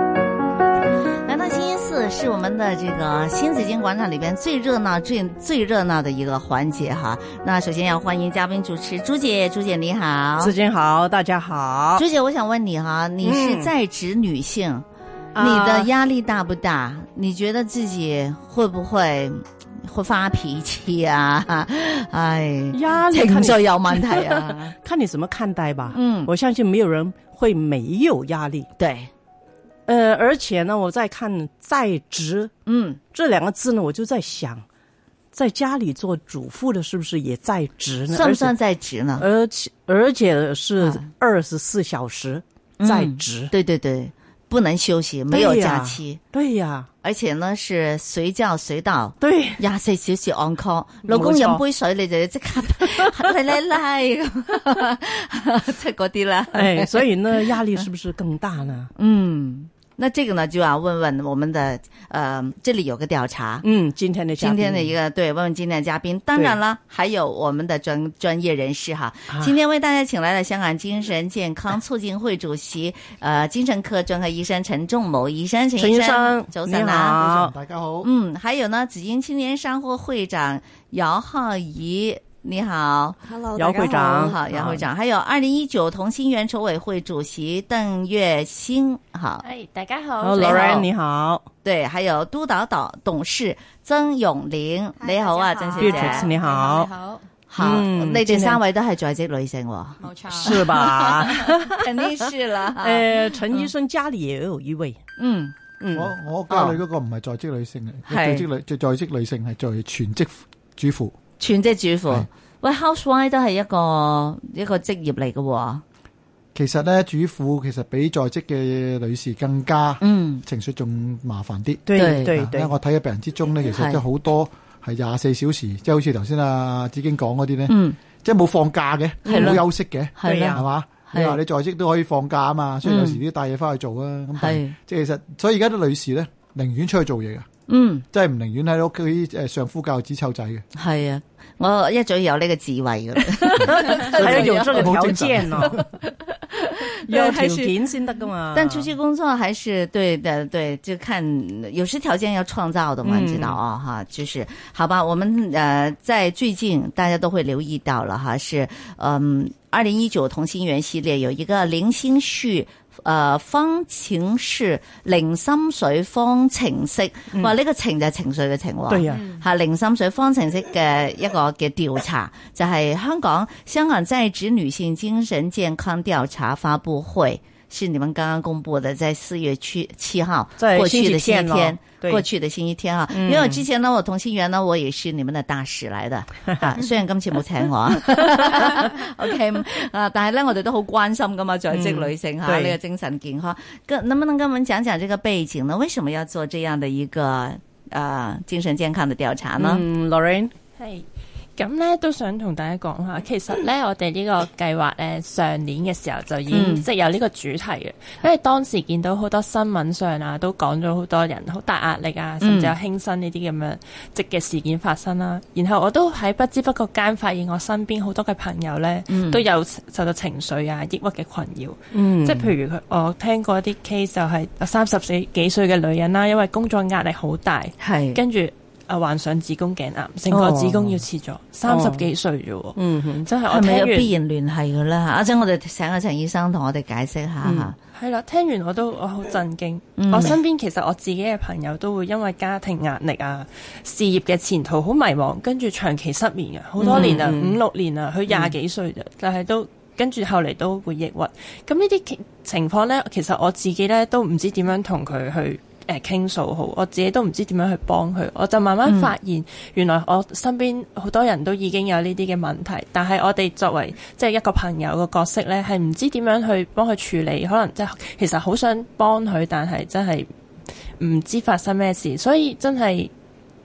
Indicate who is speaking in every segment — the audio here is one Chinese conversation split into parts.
Speaker 1: 来到星期四是我们的这个新紫金广场里边最热闹、最最热闹的一个环节哈。那首先要欢迎嘉宾主持朱姐，朱姐你好，
Speaker 2: 子健好，大家好。
Speaker 1: 朱姐，我想问你哈，你是
Speaker 2: 嗯
Speaker 1: 在职女性，
Speaker 2: 啊
Speaker 1: 你的压力大不大？你觉得自己会不会会发脾气啊？ 哎，
Speaker 2: 压力
Speaker 1: 情
Speaker 2: 看
Speaker 1: 绪
Speaker 2: 你
Speaker 1: 有问题 啊？
Speaker 2: 看你怎么看待吧。
Speaker 1: 嗯，
Speaker 2: 我相信没有人会没有压力。
Speaker 1: 对，
Speaker 2: 呃，而且呢，我在看“在职
Speaker 1: 嗯，”
Speaker 2: 这两个字呢，我就在想，在家里做主妇的，是不是也在职呢？
Speaker 1: 算不算在职呢？
Speaker 2: 而且？而且而且是
Speaker 1: 啊
Speaker 2: 二十四小时
Speaker 1: 嗯
Speaker 2: 在职。
Speaker 1: 对对对，不能休息，没有
Speaker 2: 哎对呀
Speaker 1: 假期，
Speaker 2: 对呀，
Speaker 1: 而且呢是随叫随到。
Speaker 2: 对。
Speaker 1: 廿四小時 on call，
Speaker 2: 冇錯
Speaker 1: 老公飲杯水你就要即刻 嚟嚟嚟咁， 即係嗰啲啦。
Speaker 2: 哎，所以呢，压力是不是更大 呢？
Speaker 1: 嗯，那这个呢就要问问我们的呃，这里有个调查。
Speaker 2: 嗯，今天的嘉
Speaker 1: 今
Speaker 2: 宾
Speaker 1: 天的一个对，问问今天的嘉宾，当然了，还有我们的专专业人士哈。
Speaker 2: 啊
Speaker 1: 今天为大家请来了香港精神健康促进会主席，呃，精神科专科医生陈仲谋医生，陈
Speaker 2: 陈
Speaker 1: 医
Speaker 2: 医
Speaker 1: 生
Speaker 2: 生，，
Speaker 1: 早
Speaker 2: 你
Speaker 1: 晨啊。
Speaker 2: 好，
Speaker 3: 大家好，
Speaker 1: 嗯，还有呢，紫金青年商会会长姚浩怡，你好，嗯
Speaker 4: Hello，
Speaker 2: 姚
Speaker 4: 大家
Speaker 2: 会长
Speaker 1: 好，姚会
Speaker 2: 啊
Speaker 1: 长，还有二零一九同心圆筹委会主席邓月星，好，
Speaker 4: 哎，大家好
Speaker 2: 好
Speaker 1: 你好
Speaker 2: ，Lauren 哦你好
Speaker 1: 对，还有督导导董事曾永玲，你好啊，曾小
Speaker 2: ，Beatrix
Speaker 1: 姐，
Speaker 2: 你好。
Speaker 4: 好，
Speaker 1: 好，
Speaker 2: 嗯
Speaker 1: 你哋
Speaker 2: 今日
Speaker 1: 三位都系在职女性喎，
Speaker 4: 冇错，
Speaker 2: 是啊 吧？
Speaker 1: 肯定是 啦，啊
Speaker 2: 呃，陈医生家里也有一位，
Speaker 1: 嗯，啊
Speaker 2: 嗯，
Speaker 3: 我我家裏嗰個唔係在職女性嚟，在職女最在職女性係做全職主婦，
Speaker 1: 全職主婦
Speaker 3: 係，
Speaker 1: 喂，housewife 都係一個一個職業嚟嘅喎，
Speaker 3: 其實咧主婦其實比在職嘅女士更加
Speaker 1: 嗯，
Speaker 3: 情緒仲麻煩啲。
Speaker 1: 对
Speaker 2: 对对
Speaker 3: 啊因
Speaker 2: 对
Speaker 3: 為，我睇嘅病人之中咧，其
Speaker 1: 係
Speaker 3: 實即係好多係廿四小時，即係好似頭先阿紫荊講嗰啲咧，
Speaker 1: 嗯，
Speaker 3: 即係冇放假嘅，
Speaker 1: 係咯
Speaker 3: 冇休息嘅，
Speaker 1: 係
Speaker 2: 對
Speaker 1: 啦
Speaker 2: 呀
Speaker 3: 係，嘛？
Speaker 1: 係
Speaker 3: 你話你在職都可以放假啊嘛，雖然有時
Speaker 1: 嗯
Speaker 3: 都要帶嘢翻去做啊，咁但係
Speaker 1: 係，
Speaker 3: 即係其實所以而家啲女士咧，寧願出去做嘢嘅，
Speaker 1: 嗯。
Speaker 3: 即係唔寧願喺屋企誒上夫教子湊仔嘅。
Speaker 1: 系啊，我一早有呢个智慧噶啦，
Speaker 2: 还要有这个条件哦，
Speaker 1: 对
Speaker 2: 有
Speaker 1: 还
Speaker 2: 条
Speaker 1: 是
Speaker 2: 件先得噶嘛。
Speaker 1: 但出去工作还是对的，对，就看有时条件要创造的嘛，
Speaker 2: 嗯
Speaker 1: 你知道啊、哈，就是好吧，我们呃在最近大家都会留意到了哈，是嗯二零一九同心圆系列有一个零星序。诶，方程式零心水方程式，話呢、個情就係情緒嘅情喎。
Speaker 2: 嗯对呀，
Speaker 5: 嗯
Speaker 1: 吓零心水方程式嘅一個嘅調查，就係香港香港在職女性精神健康調查發布會，是你們剛剛公布的，在四月七七號
Speaker 2: 在
Speaker 1: 過去的星期
Speaker 2: 星期天
Speaker 1: 天
Speaker 2: 咯。对
Speaker 1: 过去的星期天啊，因為我之前呢，我同心圓呢，我也是你們的大使嚟的，啊，雖然今次冇請我啊，OK，啊，但係咧，我哋都好關心噶嘛，在職女性吓啊呢、
Speaker 2: 嗯
Speaker 1: 個
Speaker 2: 對
Speaker 1: 精神健康，跟能不能跟我們講講這個背景呢？為什麼要做這樣的一個呃精神健康的調查呢？
Speaker 2: 嗯，Lauren，
Speaker 4: 系。咁咧都想同大家講下，其實咧我哋呢個計劃咧上年嘅時候就已經、
Speaker 1: 嗯
Speaker 4: 即係有呢個主題嘅，因為當時見到好多新聞上啊都講咗好多人好大壓力啊，甚至有輕生呢啲咁樣即嘅事件發生啦。然後我都喺不知不覺間發現我身邊好多嘅朋友咧、都有受到情緒啊抑鬱嘅困擾。
Speaker 2: 嗯
Speaker 4: 即係譬如佢，我聽過一啲 case 就係三十四幾歲嘅女人啦，因為工作壓力好大，
Speaker 1: 系
Speaker 4: 跟住啊患上子宮頸癌，成個
Speaker 2: 哦
Speaker 4: 子宮要切咗，三十幾歲啫喎，
Speaker 2: 嗯哼，
Speaker 4: 真係我
Speaker 1: 系咪有
Speaker 4: 聽
Speaker 1: 必
Speaker 4: 完
Speaker 1: 然聯繫噶啦？阿姐，我哋請阿陳醫生同我哋解釋下吓。
Speaker 4: 係啦，聽完我都我好震驚。
Speaker 1: 嗯
Speaker 4: 我身邊其實我自己嘅朋友都會因為家庭壓力啊、事業嘅前途好迷茫，跟住長期失眠啊，好多年啊，
Speaker 2: 嗯
Speaker 4: 五六年啊，佢廿幾歲啫，但係都。跟住後嚟都會抑鬱，咁呢啲其情況呢，其實我自己呢都唔知點樣同佢去誒傾訴好，我自己都唔知點樣去幫佢，我就慢慢
Speaker 2: 嗯
Speaker 4: 發現、原來我身邊好多人都已經有呢啲嘅問題，但係我哋作為即係一個朋友嘅角色呢，係唔知點樣去幫佢處理，可能即係其實好想幫佢，但係真係唔知發生咩事，所以真係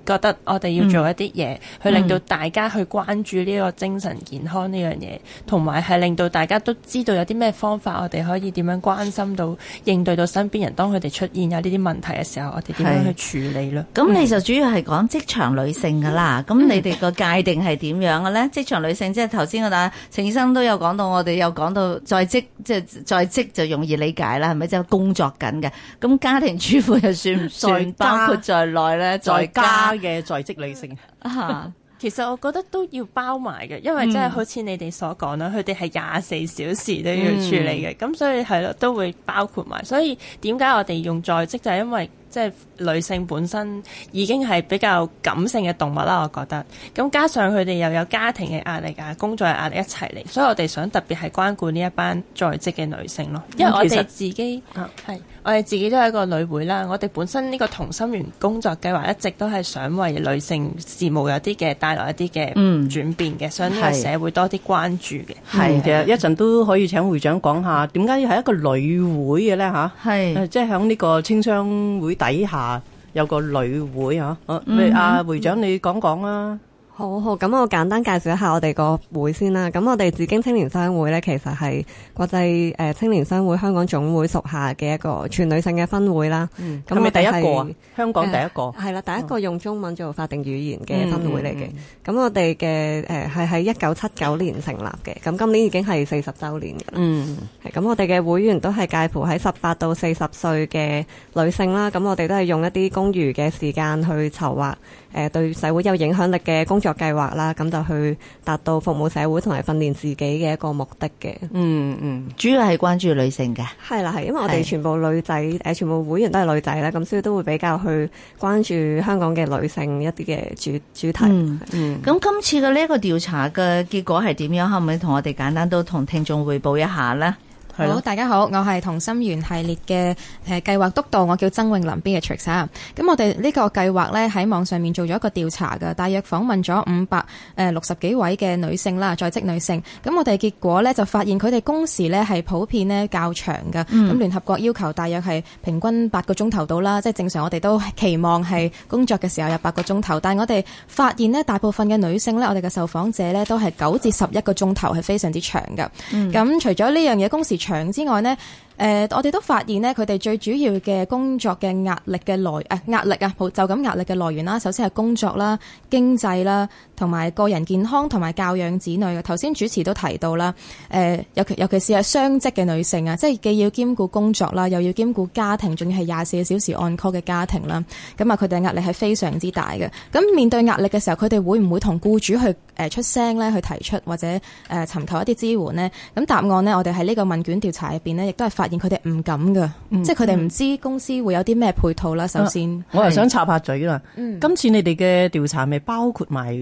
Speaker 4: 覺得我哋要做一啲嘢，去令到大家去關注呢個精神健康呢樣嘢，同埋係令到大家都知道有啲咩方法，我哋可以點樣關心到應對到身邊人，當佢哋出現有呢啲問題嘅時候，我哋點樣去處理咯？
Speaker 1: 咁
Speaker 2: 嗯
Speaker 1: 你就主要係講職場女性噶啦，咁你哋個界定係點樣嘅咧？職場女性即係頭先我哋陳醫生都有講到，我哋有講到在職，即係在職就容易理解啦，係咪？即係工作緊嘅，咁家庭主婦又算唔算
Speaker 2: 在家
Speaker 1: 包括在內咧？
Speaker 2: 在
Speaker 1: 在
Speaker 2: 家
Speaker 1: 家
Speaker 2: 嘅在職女性，
Speaker 1: 啊，
Speaker 4: 其實我覺得都要包埋嘅，因為
Speaker 2: 嗯
Speaker 4: 真係好似你哋所講啦，佢哋係廿四小時都要處理嘅，
Speaker 2: 嗯
Speaker 4: 咁、所以係咯，都會包括埋。所以點解我哋用在職就係因為即係女性本身已經係比較感性嘅動物啦，我覺得。咁加上佢哋又有家庭嘅壓力啊、工作嘅壓力一齊嚟，所以我哋想特別係關顧呢一班在職嘅女性咯，因為我
Speaker 2: 咁其實
Speaker 4: 哋自己啊係我哋自己都係一個女會啦。我哋本身呢個同心圓工作計劃一直都係想為女性事務有啲嘅帶來一啲嘅
Speaker 1: 嗯
Speaker 4: 轉變嘅，想呢個
Speaker 1: 係
Speaker 4: 社會多啲關注嘅。
Speaker 1: 係嗯
Speaker 2: 嗯其實一陣都可以請會長講下點解要係一個女會嘅咧吓，
Speaker 1: 係
Speaker 2: 誒即係喺呢個青商會底下有個女會嚇。啊
Speaker 1: 嗯
Speaker 2: 你阿會長你講講啊，
Speaker 6: 好好，咁我簡單介紹一下我哋個會先啦。咁我哋紫荊青年商會呢，其實係國際誒、呃青年商會香港總會屬下嘅一個全女性嘅分會啦。
Speaker 2: 係咪
Speaker 6: 我
Speaker 2: 第
Speaker 6: 哋
Speaker 2: 一個啊
Speaker 6: 係？呃
Speaker 2: 香港第一個哦
Speaker 6: 係啦，第一個用中文做法定語言嘅分會嚟嘅。
Speaker 2: 嗯
Speaker 6: 咁、我哋嘅誒係喺一九七九年成立嘅，咁今年已經係四十週年嘅啦。
Speaker 2: 嗯。
Speaker 6: 係咁，我哋嘅會員都係介乎喺十八到四十歲嘅女性啦。咁我哋都係用一啲公餘嘅時間去籌劃誒、呃、對社會有影響力嘅工作計劃啦。咁就去達到服務社會同埋訓練自己嘅一個目的嘅。
Speaker 2: 嗯嗯，
Speaker 1: 主要係關注女性嘅，
Speaker 6: 係啦，係因為我
Speaker 1: 係
Speaker 6: 哋全部女仔誒、呃全部會員都係女仔啦，咁所以都會比較去關注香港嘅女性一啲嘅主主題。
Speaker 1: 嗯
Speaker 2: 嗯
Speaker 1: 咁今次嘅呢一個調查嘅結果係點樣？可唔可以同我哋簡單都同聽眾匯報一下呢？
Speaker 2: 係
Speaker 5: 好，
Speaker 2: 咯，
Speaker 5: 大家好，我係同心圓系列嘅誒計劃督導，我叫曾永林 Beatrix 啊。咁我哋呢個計劃呢，喺網上面做咗一個調查嘅，大約訪問咗五百誒六十幾位嘅女性啦，在職女性。咁我哋結果呢，就發現佢哋工時呢係普遍呢較長嘅。咁、聯合國要求大約係平均八個鐘頭到啦，即係正常我哋都期望係工作嘅時候有八個鐘頭，但係我哋發現呢，大部分嘅女性呢，我哋嘅受訪者呢，都係九至十一個鐘頭係非常之長嘅。咁、除咗呢樣嘢工時長之外呢，誒、我哋都發現呢，佢哋最主要嘅工作嘅壓力嘅來誒、壓力啊，好就咁壓力嘅來源啦，首先係工作啦、經濟啦，同埋個人健康同埋教養子女嘅。頭先主持都提到啦，誒、尤其尤其是係雙職嘅女性啊，即係既要兼顧工作啦，又要兼顧家庭，仲要係廿四小時按 call 嘅家庭啦。咁啊，佢哋嘅壓力係非常之大嘅。咁面對壓力嘅時候，佢哋會唔會同僱主去誒出聲咧，去提出或者誒尋求一啲支援呢？咁答案呢，我哋喺呢個問卷調查入邊呢，亦都係發現佢哋唔敢嘅，
Speaker 2: 嗯
Speaker 5: 即係佢哋唔知公司會有啲咩配套啦。
Speaker 2: 啊
Speaker 5: 首先，
Speaker 2: 我又想插下嘴啦。
Speaker 5: 嗯
Speaker 2: 今次你哋嘅調查咪包括埋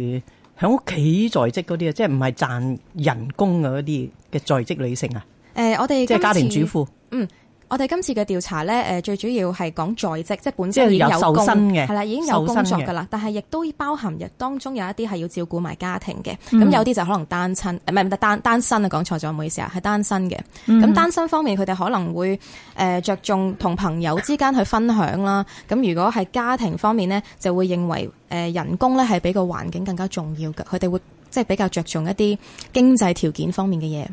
Speaker 2: 喺屋企在職嗰啲啊，即係唔係賺人工嘅嗰啲嘅在職女性啊，
Speaker 5: 誒、呃我哋
Speaker 2: 即係家庭主
Speaker 5: 今 次
Speaker 2: 婦，
Speaker 5: 我哋今次嘅調查呢，誒最主要係講在職，即係本
Speaker 2: 即係
Speaker 5: 身已經
Speaker 2: 有受
Speaker 5: 工，
Speaker 2: 薪嘅
Speaker 5: 係啦，已經有工
Speaker 2: 受
Speaker 5: 作
Speaker 2: 薪嘅
Speaker 5: 㗎啦。但係亦都包含日當中有一啲係要照顧埋家庭嘅，咁、
Speaker 2: 嗯
Speaker 5: 有啲就可能單親，呃唔係唔係單單身啊，講錯咗，唔好意思啊，係單身嘅。咁、
Speaker 2: 嗯
Speaker 5: 單身方面，佢哋可能會誒、呃、着重同朋友之間去分享啦。咁如果係家庭方面呢，就會認為誒、呃人工呢係比個環境更加重要嘅，佢哋會即係比較着重一啲經濟條件方面嘅嘢。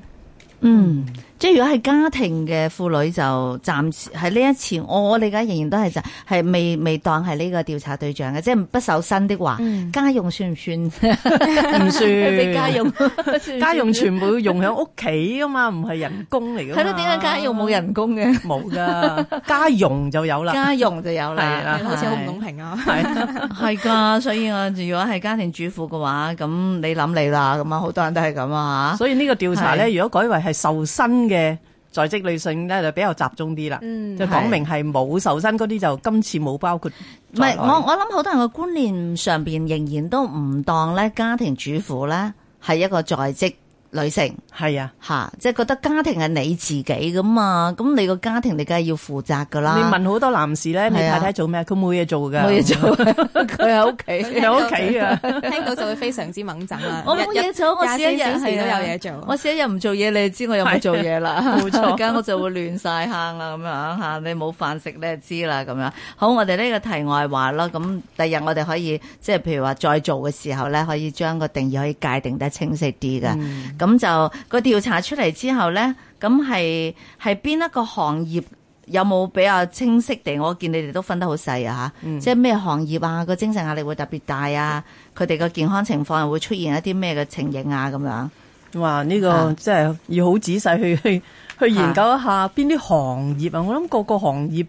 Speaker 1: 嗯，即係如果係家庭嘅婦女就暫時喺呢一次，我理解仍然都係就係未未當係呢個調查對象嘅，即係不受薪的話，
Speaker 5: 嗯
Speaker 1: 家用算唔算？
Speaker 2: 唔算
Speaker 1: 俾 家用，
Speaker 2: 家用全部用喺屋企啊嘛，唔係人工嚟
Speaker 1: 係
Speaker 2: 噶
Speaker 1: 咯？
Speaker 2: 嘛。
Speaker 1: 點解家用冇人工嘅？
Speaker 2: 冇噶？家用就 有啦，
Speaker 1: 家用就有
Speaker 2: 係啦
Speaker 1: 啦，
Speaker 5: 係好似好唔公平啊！
Speaker 1: 係噶，所以我如果係家庭主婦嘅話，咁你諗你啦，咁啊，好多人都係咁啊吓。
Speaker 2: 所以呢個調查咧，
Speaker 1: 係
Speaker 2: 如果改為係受薪嘅在職女性咧，就比較集中啲啦。
Speaker 5: 嗯
Speaker 2: 就講明係冇受薪嗰啲，就今次冇包括
Speaker 1: 唔
Speaker 2: 在
Speaker 1: 係
Speaker 2: 內。
Speaker 1: 我我諗好多人嘅觀念上邊仍然都唔當咧家庭主婦咧係一個在職女性
Speaker 2: 係啊，
Speaker 1: 吓、即係覺得家庭係你自己噶嘛，咁你個家庭你梗係要負責噶
Speaker 2: 你
Speaker 1: 啦。
Speaker 2: 問好多男士咧，你
Speaker 1: 係啊
Speaker 2: 太太做咩？佢冇嘢做㗎，
Speaker 1: 冇嘢做， 佢喺屋企。
Speaker 2: 喺屋企啊。
Speaker 5: 聽到就會非常之猛震啦。
Speaker 1: 我冇嘢做，我試一
Speaker 5: 廿
Speaker 1: 日
Speaker 5: 四小時
Speaker 1: 係
Speaker 5: 都
Speaker 1: 啊
Speaker 5: 有嘢做
Speaker 1: 我試一日唔做嘢，你就知我有冇做嘢啦。
Speaker 2: 係啊 冇錯
Speaker 1: 間我就會亂晒坑啦，咁樣吓，你冇飯食你就知啦，咁樣。好，我哋呢個題外話啦，咁第日我哋可以即係譬如話再做嘅時候咧，可以將個定義可以界定得清晰啲嘅。
Speaker 2: 嗯
Speaker 1: 咁、就個調查出嚟之後咧，咁係係邊一個行業？有冇比較清晰地？我見你哋都分得好細啊嚇，
Speaker 2: 嗯
Speaker 1: 即係咩行業啊，個精神壓力會特別大啊，佢哋個健康情況又會出現一啲咩嘅情形啊咁樣。
Speaker 2: 哇！呢、個
Speaker 1: 啊
Speaker 2: 真係要好仔細去去去研究一下邊啲行業啊！我諗個個行業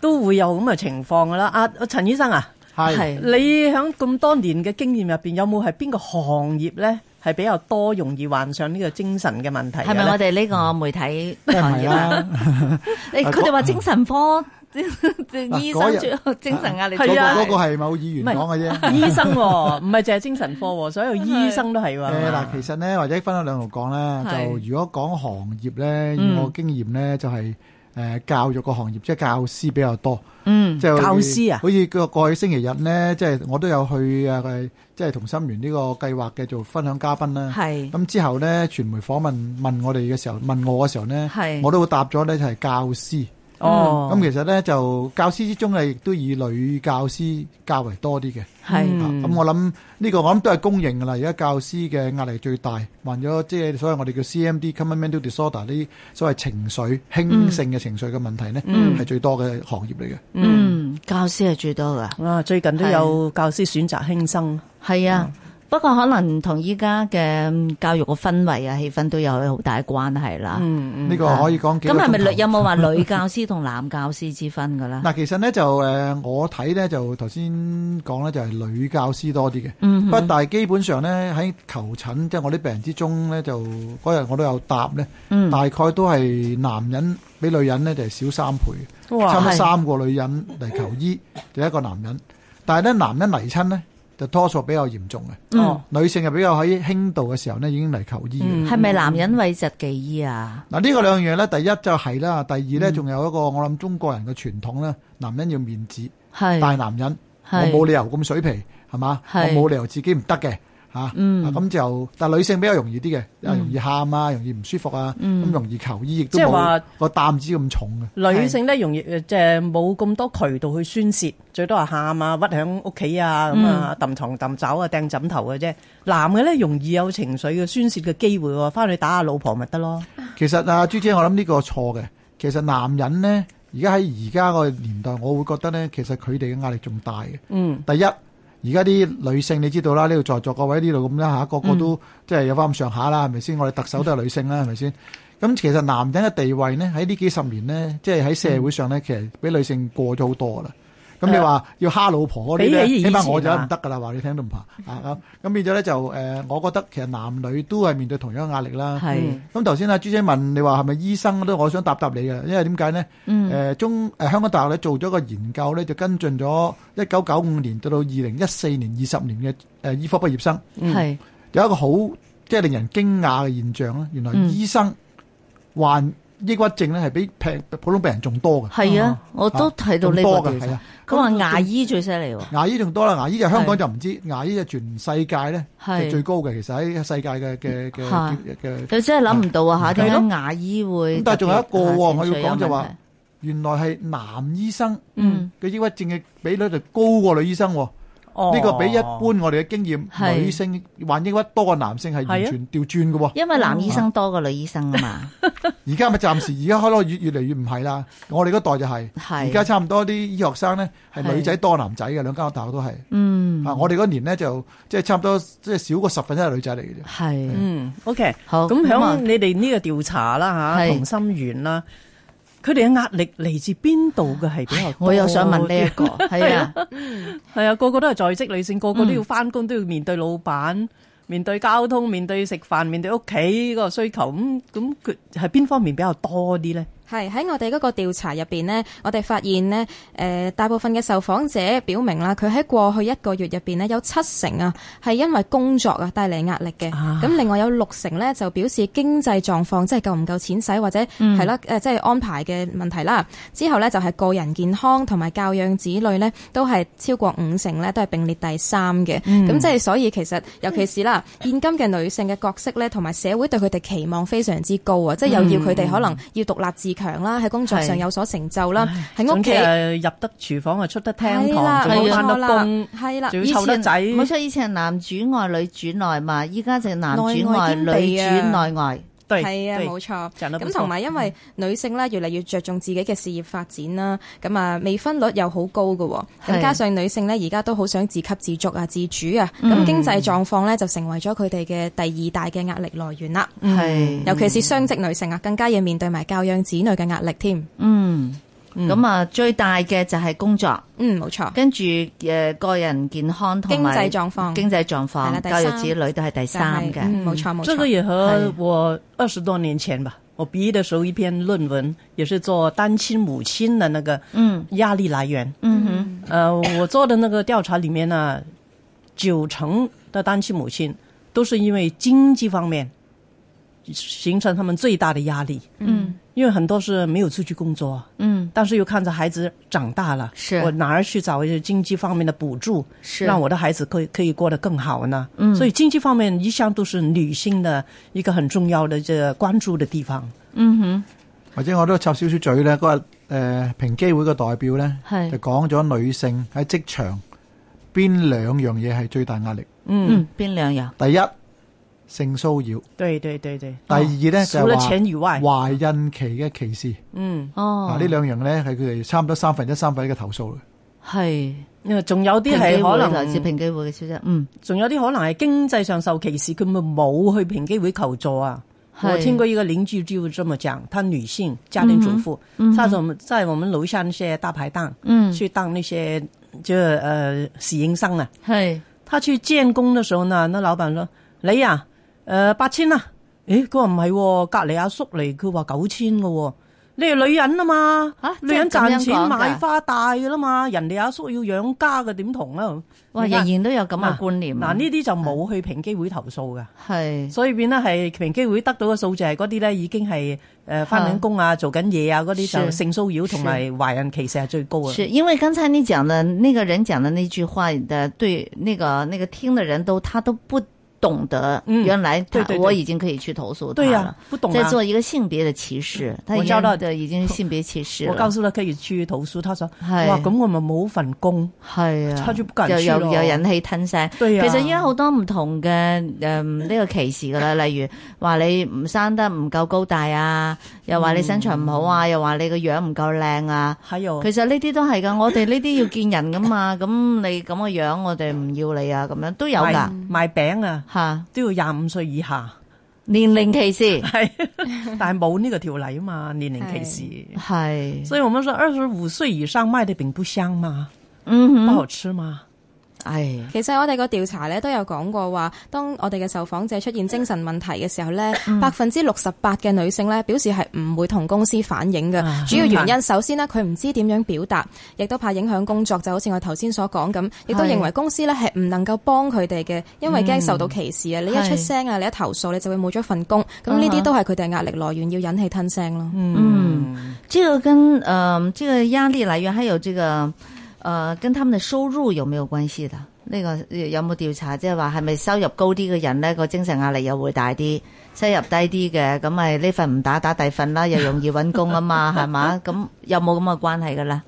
Speaker 2: 都會有咁嘅情況噶啦。阿、啊、陳醫生啊，
Speaker 3: 係
Speaker 1: 係
Speaker 2: 你喺咁多年嘅經驗入邊，有冇係邊個行業咧係比較多容易患上呢個精神嘅問題嘅
Speaker 1: 係咪我
Speaker 2: 咧？
Speaker 1: 哋呢
Speaker 3: 嗯
Speaker 1: 個媒體
Speaker 3: 梗係唔
Speaker 1: 行
Speaker 3: 係
Speaker 1: 業啊？
Speaker 3: 啦。啊
Speaker 1: 誒，佢哋話精神科 醫
Speaker 3: 嗰
Speaker 1: 生
Speaker 3: 日
Speaker 1: 最精神壓力
Speaker 2: 係
Speaker 3: 嗰
Speaker 1: 最
Speaker 3: 個
Speaker 2: 啊
Speaker 1: 大
Speaker 3: 嗰個係某議員講嘅啫。
Speaker 2: 醫生喎，唔係淨係精神科喎，所有醫生都係喎。
Speaker 3: 誒
Speaker 2: 係
Speaker 3: 嗱，
Speaker 2: 嘛
Speaker 3: 其實咧，或者分開兩路講啦。就
Speaker 1: 係
Speaker 3: 如果講行業咧，以
Speaker 1: 嗯
Speaker 3: 我經驗咧，就係誒教育個行業，即係教師比較多。
Speaker 1: 嗯
Speaker 3: 即係好似
Speaker 2: 教師啊
Speaker 3: 好似個過去星期日咧，即係我都有去啊，誒即係同心圓呢個計劃嘅做分享嘉賓啦。
Speaker 1: 係
Speaker 3: 咁之後咧，傳媒訪問問我哋嘅時候，問我嘅時候咧
Speaker 1: 係，
Speaker 3: 我都答咗咧就係教師。
Speaker 2: 哦，
Speaker 3: 嗯咁其實咧就教師之中咧，亦都以女教師較為多啲嘅。
Speaker 1: 係
Speaker 3: 啊咁我諗呢個我諗都係公認㗎啦，而家教師嘅壓力最大，患咗即係所謂我哋叫 CMD（Common Mental Disorder） 呢啲所謂情緒輕性嘅情緒嘅問題呢，係、
Speaker 1: 嗯
Speaker 3: 最多嘅行業嚟嘅。
Speaker 1: 嗯，教師係最多㗎。
Speaker 2: 啊，最近都有教師選擇輕生，
Speaker 1: 係啊，不過可能同依家嘅教育個氛圍啊、氣氛都有好大關係啦。
Speaker 3: 呢、個可以講幾
Speaker 1: 嗯啊咁
Speaker 3: 個
Speaker 1: 係咪
Speaker 3: 鐘頭
Speaker 1: 女有冇啊話女教師同男教師之分 㗎啦？
Speaker 3: 嗱，其實呢，就誒、呃我睇呢，就頭先講呢，就係女教師多啲嘅。
Speaker 1: 嗯
Speaker 3: 不過但係基本上呢，喺求診即係我啲病人之中呢，就嗰日我都有答呢，
Speaker 1: 嗯
Speaker 3: 大概都係男人比女人呢，就係少三倍嘅。差唔多
Speaker 1: 係
Speaker 3: 三個女人嚟求醫，就一個男人。但係咧，男人嚟親呢，就多數比較嚴重嘅，
Speaker 1: 嗯
Speaker 2: 哦，
Speaker 3: 女性就比較喺輕度嘅時候呢已經嚟求醫嘅。
Speaker 1: 係咪男人諱疾忌醫啊？
Speaker 3: 嗱、呢個兩樣呢，第一就係啦，第二
Speaker 1: 嗯
Speaker 3: 呢，仲有一個我諗中國人嘅傳統呢，男人要面子，大
Speaker 1: 係
Speaker 3: 男人我
Speaker 1: 係
Speaker 3: 冇理由咁水皮係嘛，我
Speaker 1: 係
Speaker 3: 冇理由自己唔得嘅嚇。啊
Speaker 1: 嗯
Speaker 3: 啊咁就但係女性比較容易啲嘅，又容易喊啊，容易唔舒服啊，
Speaker 1: 嗯
Speaker 3: 咁容易求醫，亦都
Speaker 2: 即係話
Speaker 3: 冇個擔子咁重嘅。
Speaker 2: 女性咧容易呃誒即係冇咁多渠道去宣泄，最多係喊啊、屈喺屋企啊咁啊、揼床揼爪啊、掟枕頭嘅啫。男嘅咧容易有情緒嘅宣泄嘅機會喎，翻去打下老婆咪得咯。
Speaker 3: 其實啊，朱姐，我諗呢個錯嘅。其實男人呢，而家喺而家個年代，我會覺得呢，其實佢哋嘅壓力仲大嘅。
Speaker 2: 嗯，
Speaker 3: 第一，而家啲女性你知道啦，呢度在座各位呢度咁啦嚇，個個
Speaker 2: 嗯
Speaker 3: 都、即係有翻咁上下啦，係咪先？我哋特首都係女性啦，係咪 先？咁其實男人嘅地位呢，喺呢幾十年呢，即係喺社會上呢，其實比女性過咗好多啦。咁你話要蝦老婆嗰啲呢，
Speaker 2: 比起以
Speaker 3: 起
Speaker 2: 前啊
Speaker 3: 碼我就唔得噶啦，話你聽都唔怕啊咁。咁變咗呢，就誒、呃我覺得其實男女都係面對同樣嘅壓力啦。
Speaker 1: 係
Speaker 3: 咁頭先阿啊朱姐問你話係咪醫生都，我想答答你嘅，因為點解呢？誒、
Speaker 1: 嗯
Speaker 3: 中誒、香港大學咧做咗個研究咧，就跟進咗一九九五年到到二零一四年二十年嘅誒、醫科畢業生，
Speaker 1: 係
Speaker 3: 有一個好即係令人驚訝嘅現象啦。原來
Speaker 1: 嗯
Speaker 3: 醫生患抑鬱症咧係比平普通病人仲多嘅，
Speaker 1: 係啊！我都睇到呢個
Speaker 3: 仲哦多
Speaker 1: 調
Speaker 3: 嘅係
Speaker 1: 查
Speaker 3: 啊，
Speaker 1: 佢話牙醫最犀利喎，
Speaker 3: 牙醫仲多啦，牙醫就香港
Speaker 1: 係
Speaker 3: 就唔知，牙醫就全世界咧
Speaker 1: 係
Speaker 3: 係最高嘅，其實喺世界嘅嘅嘅
Speaker 1: 嚇
Speaker 3: 嘅嘅
Speaker 1: 佢真係諗唔到啊！嚇，
Speaker 3: 嗯係咯
Speaker 1: 點解牙醫會特別？
Speaker 3: 咁但係仲有一個喎
Speaker 1: 啊
Speaker 3: 我要講就，
Speaker 1: 情緒有問
Speaker 3: 話
Speaker 1: 題
Speaker 3: 原來係男醫生
Speaker 1: 嗯
Speaker 3: 嘅抑鬱症嘅比率就高過女醫生喎。
Speaker 2: 哦
Speaker 3: 呢個比一般我哋嘅經驗，
Speaker 1: 係啊
Speaker 3: 女性患抑鬱多過男性係完
Speaker 2: 係
Speaker 3: 全調轉嘅喎。
Speaker 1: 因為男醫生多過女醫生啊 嘛，
Speaker 3: 而家咪暫時，而家開咯，越越嚟越唔係啦。我哋嗰代就係，
Speaker 1: 係
Speaker 3: 而家差唔多啲醫學生呢係女仔多男仔嘅，兩間大學都係。
Speaker 1: 嗯
Speaker 3: 啊，我哋嗰年呢就即係差唔多，即係少過十分一係女仔嚟嘅啫。
Speaker 1: 係
Speaker 2: 嗯，OK，
Speaker 1: 好
Speaker 2: 咁
Speaker 1: 咁啊
Speaker 2: 響你哋呢個調查啦
Speaker 1: 係
Speaker 2: 嚇，同心圓啦，佢哋嘅壓力嚟自邊度嘅係比較多？
Speaker 1: 我又想問呢一個，係啊，
Speaker 2: 係啊，個個都係在職女性，個個都要翻工，都要面對老闆，面對交通，面對食飯，面對屋企個需求。咁咁佢係邊方面比較多啲咧？
Speaker 5: 係喺我哋嗰個調查入邊呢，我哋發現呢，誒、呃大部分嘅受訪者表明啦，佢喺過去一個月入邊呢，有七成啊係因為工作啊帶嚟壓力嘅，咁、
Speaker 2: 啊
Speaker 5: 另外有六成呢，就表示經濟狀況即係夠唔夠錢使或者
Speaker 2: 嗯
Speaker 5: 係啦誒即係安排嘅問題啦。之後呢，就係個人健康同埋教養子女呢，都係超過五成呢，都係並列第三嘅。咁、
Speaker 2: 嗯
Speaker 5: 即係所以其實尤其是啦，現今嘅女性嘅角色呢，同埋社會對佢哋期望非常之高啊，即係又要佢哋可
Speaker 2: 嗯
Speaker 5: 能要獨立自強啦，喺工作上
Speaker 1: 係
Speaker 5: 有所成就啦，喺屋
Speaker 2: 總之
Speaker 5: 企
Speaker 2: 係入得廚房啊，出得廳
Speaker 5: 係啦
Speaker 2: 堂，仲
Speaker 1: 係
Speaker 2: 要
Speaker 1: 啊
Speaker 2: 翻得工，
Speaker 5: 係啦
Speaker 2: 仲
Speaker 1: 以
Speaker 2: 要湊得
Speaker 1: 前
Speaker 2: 仔，
Speaker 1: 冇錯，以前係男主外女主內嘛，依家就男主外
Speaker 5: 內外兼
Speaker 1: 女主
Speaker 5: 備啊
Speaker 1: 內外，
Speaker 2: 對
Speaker 5: 係啊，
Speaker 2: 對
Speaker 5: 冇錯。
Speaker 2: 賺得不嗯
Speaker 5: 咁
Speaker 2: 錯
Speaker 5: 同埋因為女性咧越嚟越着重自己嘅事業發展啦，咁啊未婚率又好高嘅喎，
Speaker 1: 係
Speaker 5: 咁加上女性咧而家都好想自給自足啊、自主啊，
Speaker 1: 嗯
Speaker 5: 咁經濟狀況咧就成為咗佢哋嘅第二大嘅壓力來源啦。嗯
Speaker 3: 嗯
Speaker 1: 係
Speaker 5: 尤其是雙職女性啊，更加要面對埋教養子女嘅壓力添。
Speaker 1: 嗯。咁啊，最大嘅就係工作，
Speaker 5: 嗯，冇錯，
Speaker 1: 跟住誒個人健康同
Speaker 5: 經
Speaker 1: 埋
Speaker 5: 濟狀況
Speaker 1: 經濟狀
Speaker 5: 係
Speaker 1: 況、
Speaker 5: 啦第
Speaker 1: 教育
Speaker 5: 三
Speaker 1: 子女都係第
Speaker 5: 就
Speaker 1: 三
Speaker 5: 係
Speaker 1: 嘅。
Speaker 5: 嗯冇錯冇
Speaker 2: 这个
Speaker 5: 錯。
Speaker 2: 也和
Speaker 1: 是
Speaker 2: 我二十多年前吧，我毕业的时候一篇论文也是做单亲母亲的那个
Speaker 1: 嗯
Speaker 2: 压力来源。
Speaker 1: 嗯哼，
Speaker 2: 呃，我做的那个调查里面呢，九成的单亲母亲都是因为经济方面形成他们最大的压力，
Speaker 1: 嗯
Speaker 2: 因为很多是没有出去工作，
Speaker 1: 嗯，
Speaker 2: 但是又看着孩子长大了，
Speaker 1: 是
Speaker 2: 我哪儿去找一些经济方面的补助，
Speaker 1: 是
Speaker 2: 让我的孩子可以可以过得更好呢？嗯，所以经济方面一向都是女性的一个很重要的这个关注的地方。
Speaker 1: 嗯
Speaker 3: 或者我都插少少嘴咧，嗰日誒平機會嘅代表咧
Speaker 1: 係
Speaker 3: 就講咗女性喺職場邊兩樣嘢係最大壓力。
Speaker 1: 嗯，邊兩樣？
Speaker 3: 第一性騷擾，
Speaker 2: 对对对对。
Speaker 3: 第二咧、就
Speaker 2: 除了錢以
Speaker 3: 係話
Speaker 2: 外，
Speaker 3: 懷孕期嘅歧視。
Speaker 2: 嗯，
Speaker 1: 哦
Speaker 3: 啊，呢兩樣咧係佢哋差唔多三分一、三分一嘅投訴啦。
Speaker 1: 係
Speaker 2: 因為仲有啲
Speaker 1: 平
Speaker 2: 係
Speaker 1: 機
Speaker 2: 可
Speaker 1: 會來自
Speaker 2: 能，
Speaker 1: 平機會嘅消息，嗯，
Speaker 2: 仲有啲可能係經濟上受歧視，佢咪冇去平機會求助啊。
Speaker 1: 係
Speaker 2: 我聽過一個鄰居就這麼講，她女性家庭主婦，她怎麼在我們樓下那些大排檔，
Speaker 1: 嗯
Speaker 2: 去當那些就呃侍應生啊，
Speaker 1: 係
Speaker 2: 他去建工的时候呢，那老板说：你呀、呃八千啊，诶，佢話唔係喎，隔離阿叔嚟，佢話九千嘅喎。你係女人啊嘛，
Speaker 1: 啊
Speaker 2: 女人賺
Speaker 1: 即係咁樣
Speaker 2: 錢
Speaker 1: 講㗎
Speaker 2: 買花大嘅啦嘛，人哋阿叔要養家嘅，點同啊？
Speaker 1: 哇，
Speaker 2: 你睇
Speaker 1: 仍然都有咁嘅觀念啊。
Speaker 2: 嗱，呢啲就冇去平機會投訴嘅，
Speaker 1: 係
Speaker 2: 所以變咧係平機會得到嘅數字係嗰啲咧已經係誒翻緊工啊、做緊嘢啊嗰啲
Speaker 1: 是
Speaker 2: 就性騷擾同埋懷孕歧視係最高啊。
Speaker 1: 是因为刚才你讲的那个人讲的那句话的，对那个那个听的人都他都不懂得，
Speaker 2: 嗯
Speaker 1: 原来他
Speaker 2: 对对对
Speaker 1: 我已经可以去投诉他
Speaker 2: 對
Speaker 1: 了。
Speaker 2: 呀、不懂
Speaker 1: 在
Speaker 2: 啊。
Speaker 1: 做一个性别的歧视，他
Speaker 2: 我
Speaker 1: 已
Speaker 2: 知道
Speaker 1: 经对已经性别歧视
Speaker 2: 我告
Speaker 1: 了。
Speaker 2: 訴佢可以去投訴，他說：
Speaker 1: 係
Speaker 2: 哇，咁我咪冇份工。
Speaker 1: 系啊，
Speaker 2: 差啲不敢
Speaker 1: 又
Speaker 2: 去
Speaker 1: 又
Speaker 2: 咯
Speaker 1: 又引起吞聲。
Speaker 2: 對啊
Speaker 1: 其實依家好多唔同嘅誒呢個歧視 㗎啦，例如話你唔生得唔夠高大啊，又話你身材唔好啊，又話你個樣唔夠靚啊。
Speaker 2: 還有
Speaker 1: 其實呢啲都係㗎，我哋呢啲要見人㗎嘛， 咁你咁嘅樣，我哋唔要你啊，咁樣都有㗎
Speaker 2: 賣賣餅啊，
Speaker 1: 吓，
Speaker 2: 都要廿五歲以下，
Speaker 1: 年齡歧視
Speaker 2: 係，但係冇呢個條例啊嘛，年齡歧視。
Speaker 1: 係，
Speaker 2: 所以我們說二十五歲以上賣的餅不香嗎？不
Speaker 1: 嗯哼，哎
Speaker 2: 好吃嗎？
Speaker 1: 唉，
Speaker 5: 其實我哋個調查咧都有講過話，當我哋嘅受訪者出現精神問題嘅時候咧，百分之六十八嘅女性咧表示係唔會同公司反映嘅。
Speaker 2: 啊
Speaker 5: 主要原因首先呢，佢唔知點樣表達，亦都怕影響工作，就好似我頭先所講咁，亦都
Speaker 1: 係
Speaker 5: 認為公司咧係唔能夠幫佢哋嘅，因為驚受到歧視啊！你一出
Speaker 1: 係
Speaker 5: 聲啊，你一投訴，你就會冇咗份工。咁呢啲都係佢哋嘅壓力來源，要忍氣吞聲咯。
Speaker 1: 嗯，這个跟呃这个压力来源还有这个呃跟他们的收入有沒有關係的？呢、個有冇調查？即係話係咪收入高啲嘅人呢個精神壓力又會大啲？收入低啲嘅咁咪呢份唔打打第份啦，又容易揾工啊嘛， 係嘛？咁有冇咁嘅關係㗎啦？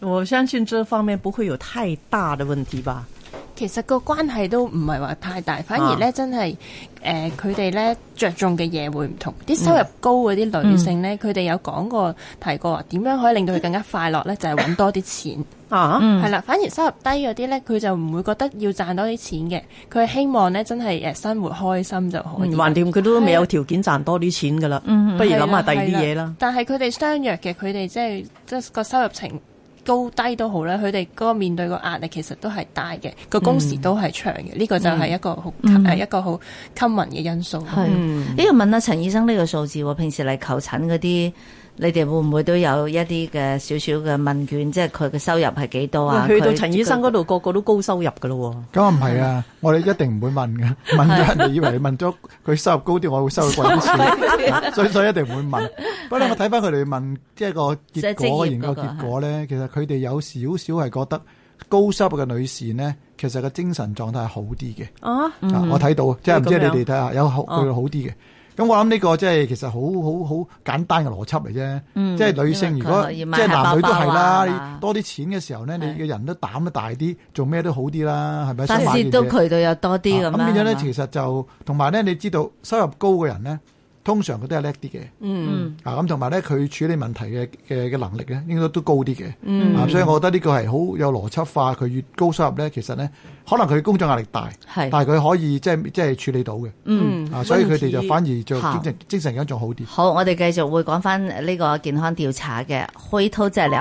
Speaker 2: 我相信這方面不會有太大的問題吧。
Speaker 4: 其實個關係都唔係話太大，反而咧、
Speaker 1: 啊
Speaker 4: 真係誒佢哋咧着重嘅嘢會唔同。啲收入
Speaker 1: 嗯
Speaker 4: 高嗰啲女性咧，佢哋、有講過提過話點樣可以令到佢更加快樂咧，就係、揾多啲錢。
Speaker 2: 啊，
Speaker 4: 係啦、反而收入低嗰啲咧，佢就唔會覺得要賺多啲錢嘅，佢係希望咧真係誒生活開心就可以。
Speaker 2: 嗯橫掂佢都未有條件賺多啲錢㗎啦，不如諗下第二啲嘢
Speaker 4: 係
Speaker 2: 啦。
Speaker 4: 但係佢哋相若嘅，佢哋即係即係個收入情高低都好啦，佢哋嗰個面對個壓力其實都係大嘅，個工
Speaker 2: 嗯
Speaker 4: 時都係長嘅。呢、個就係一個好誒一個好 common 嘅因素。
Speaker 2: 嗯
Speaker 1: 係，呢個問下陳醫生呢個數字喎，平時嚟求診嗰啲你哋會唔會都有一啲嘅少少嘅問卷，即係佢嘅收入係幾多啊？
Speaker 2: 去到
Speaker 1: 佢
Speaker 2: 陳醫生嗰度，個個都高收入噶咯喎。
Speaker 3: 咁啊唔係啊，我哋一定唔會問 嘅，問咗人哋以為你問咗佢收入高啲，我會收佢貴啲錢，啊所以所以一定唔會 問。不過咧我睇翻佢哋問，即係個
Speaker 1: 即係
Speaker 3: 結
Speaker 1: 職業
Speaker 3: 果研究
Speaker 1: 嗰個
Speaker 3: 結果咧，其實佢哋有少少係覺得高收入嘅女士呢，其實個精神狀態係好啲嘅。
Speaker 2: 啊，
Speaker 1: 嗯
Speaker 3: 啊，我睇到，即係唔知
Speaker 2: 咁樣
Speaker 3: 你哋睇下有好
Speaker 2: 哦
Speaker 3: 佢哋好啲嘅。咁我諗呢個即係其實好好好簡單嘅邏輯嚟啫。
Speaker 1: 嗯
Speaker 3: 即係女性如果即
Speaker 1: 因為佢可以
Speaker 3: 係男女都係啦，
Speaker 1: 買下包包啊
Speaker 3: 你多啲錢嘅時候咧，你
Speaker 1: 係
Speaker 3: 嘅人都膽都大啲，做咩都好啲啦，係咪？
Speaker 1: 發
Speaker 3: 想買
Speaker 1: 泄
Speaker 3: 件
Speaker 1: 到
Speaker 3: 嘢
Speaker 1: 佢度有多啲咁
Speaker 3: 啊
Speaker 1: 啦。
Speaker 3: 變咗咧，
Speaker 1: 係嘛
Speaker 3: 其實就同埋咧，你知道收入高嘅人咧，通常佢都係叻啲嘅。
Speaker 1: 嗯
Speaker 3: 啊，咁同埋咧，佢處理問題嘅嘅嘅能力咧，應該都高啲嘅。
Speaker 2: 嗯
Speaker 3: 啊，所以我覺得呢個係好有邏輯化。佢越高收入咧，其實咧，可能佢工作壓力大，
Speaker 1: 係
Speaker 3: 但係佢可以即係即係處理到嘅。
Speaker 1: 嗯。
Speaker 3: 啊，所以佢哋就反
Speaker 2: 而
Speaker 3: 而就精神精神緊仲好啲。
Speaker 1: 好，我哋繼續會講翻呢個健康調查嘅，回頭再聊。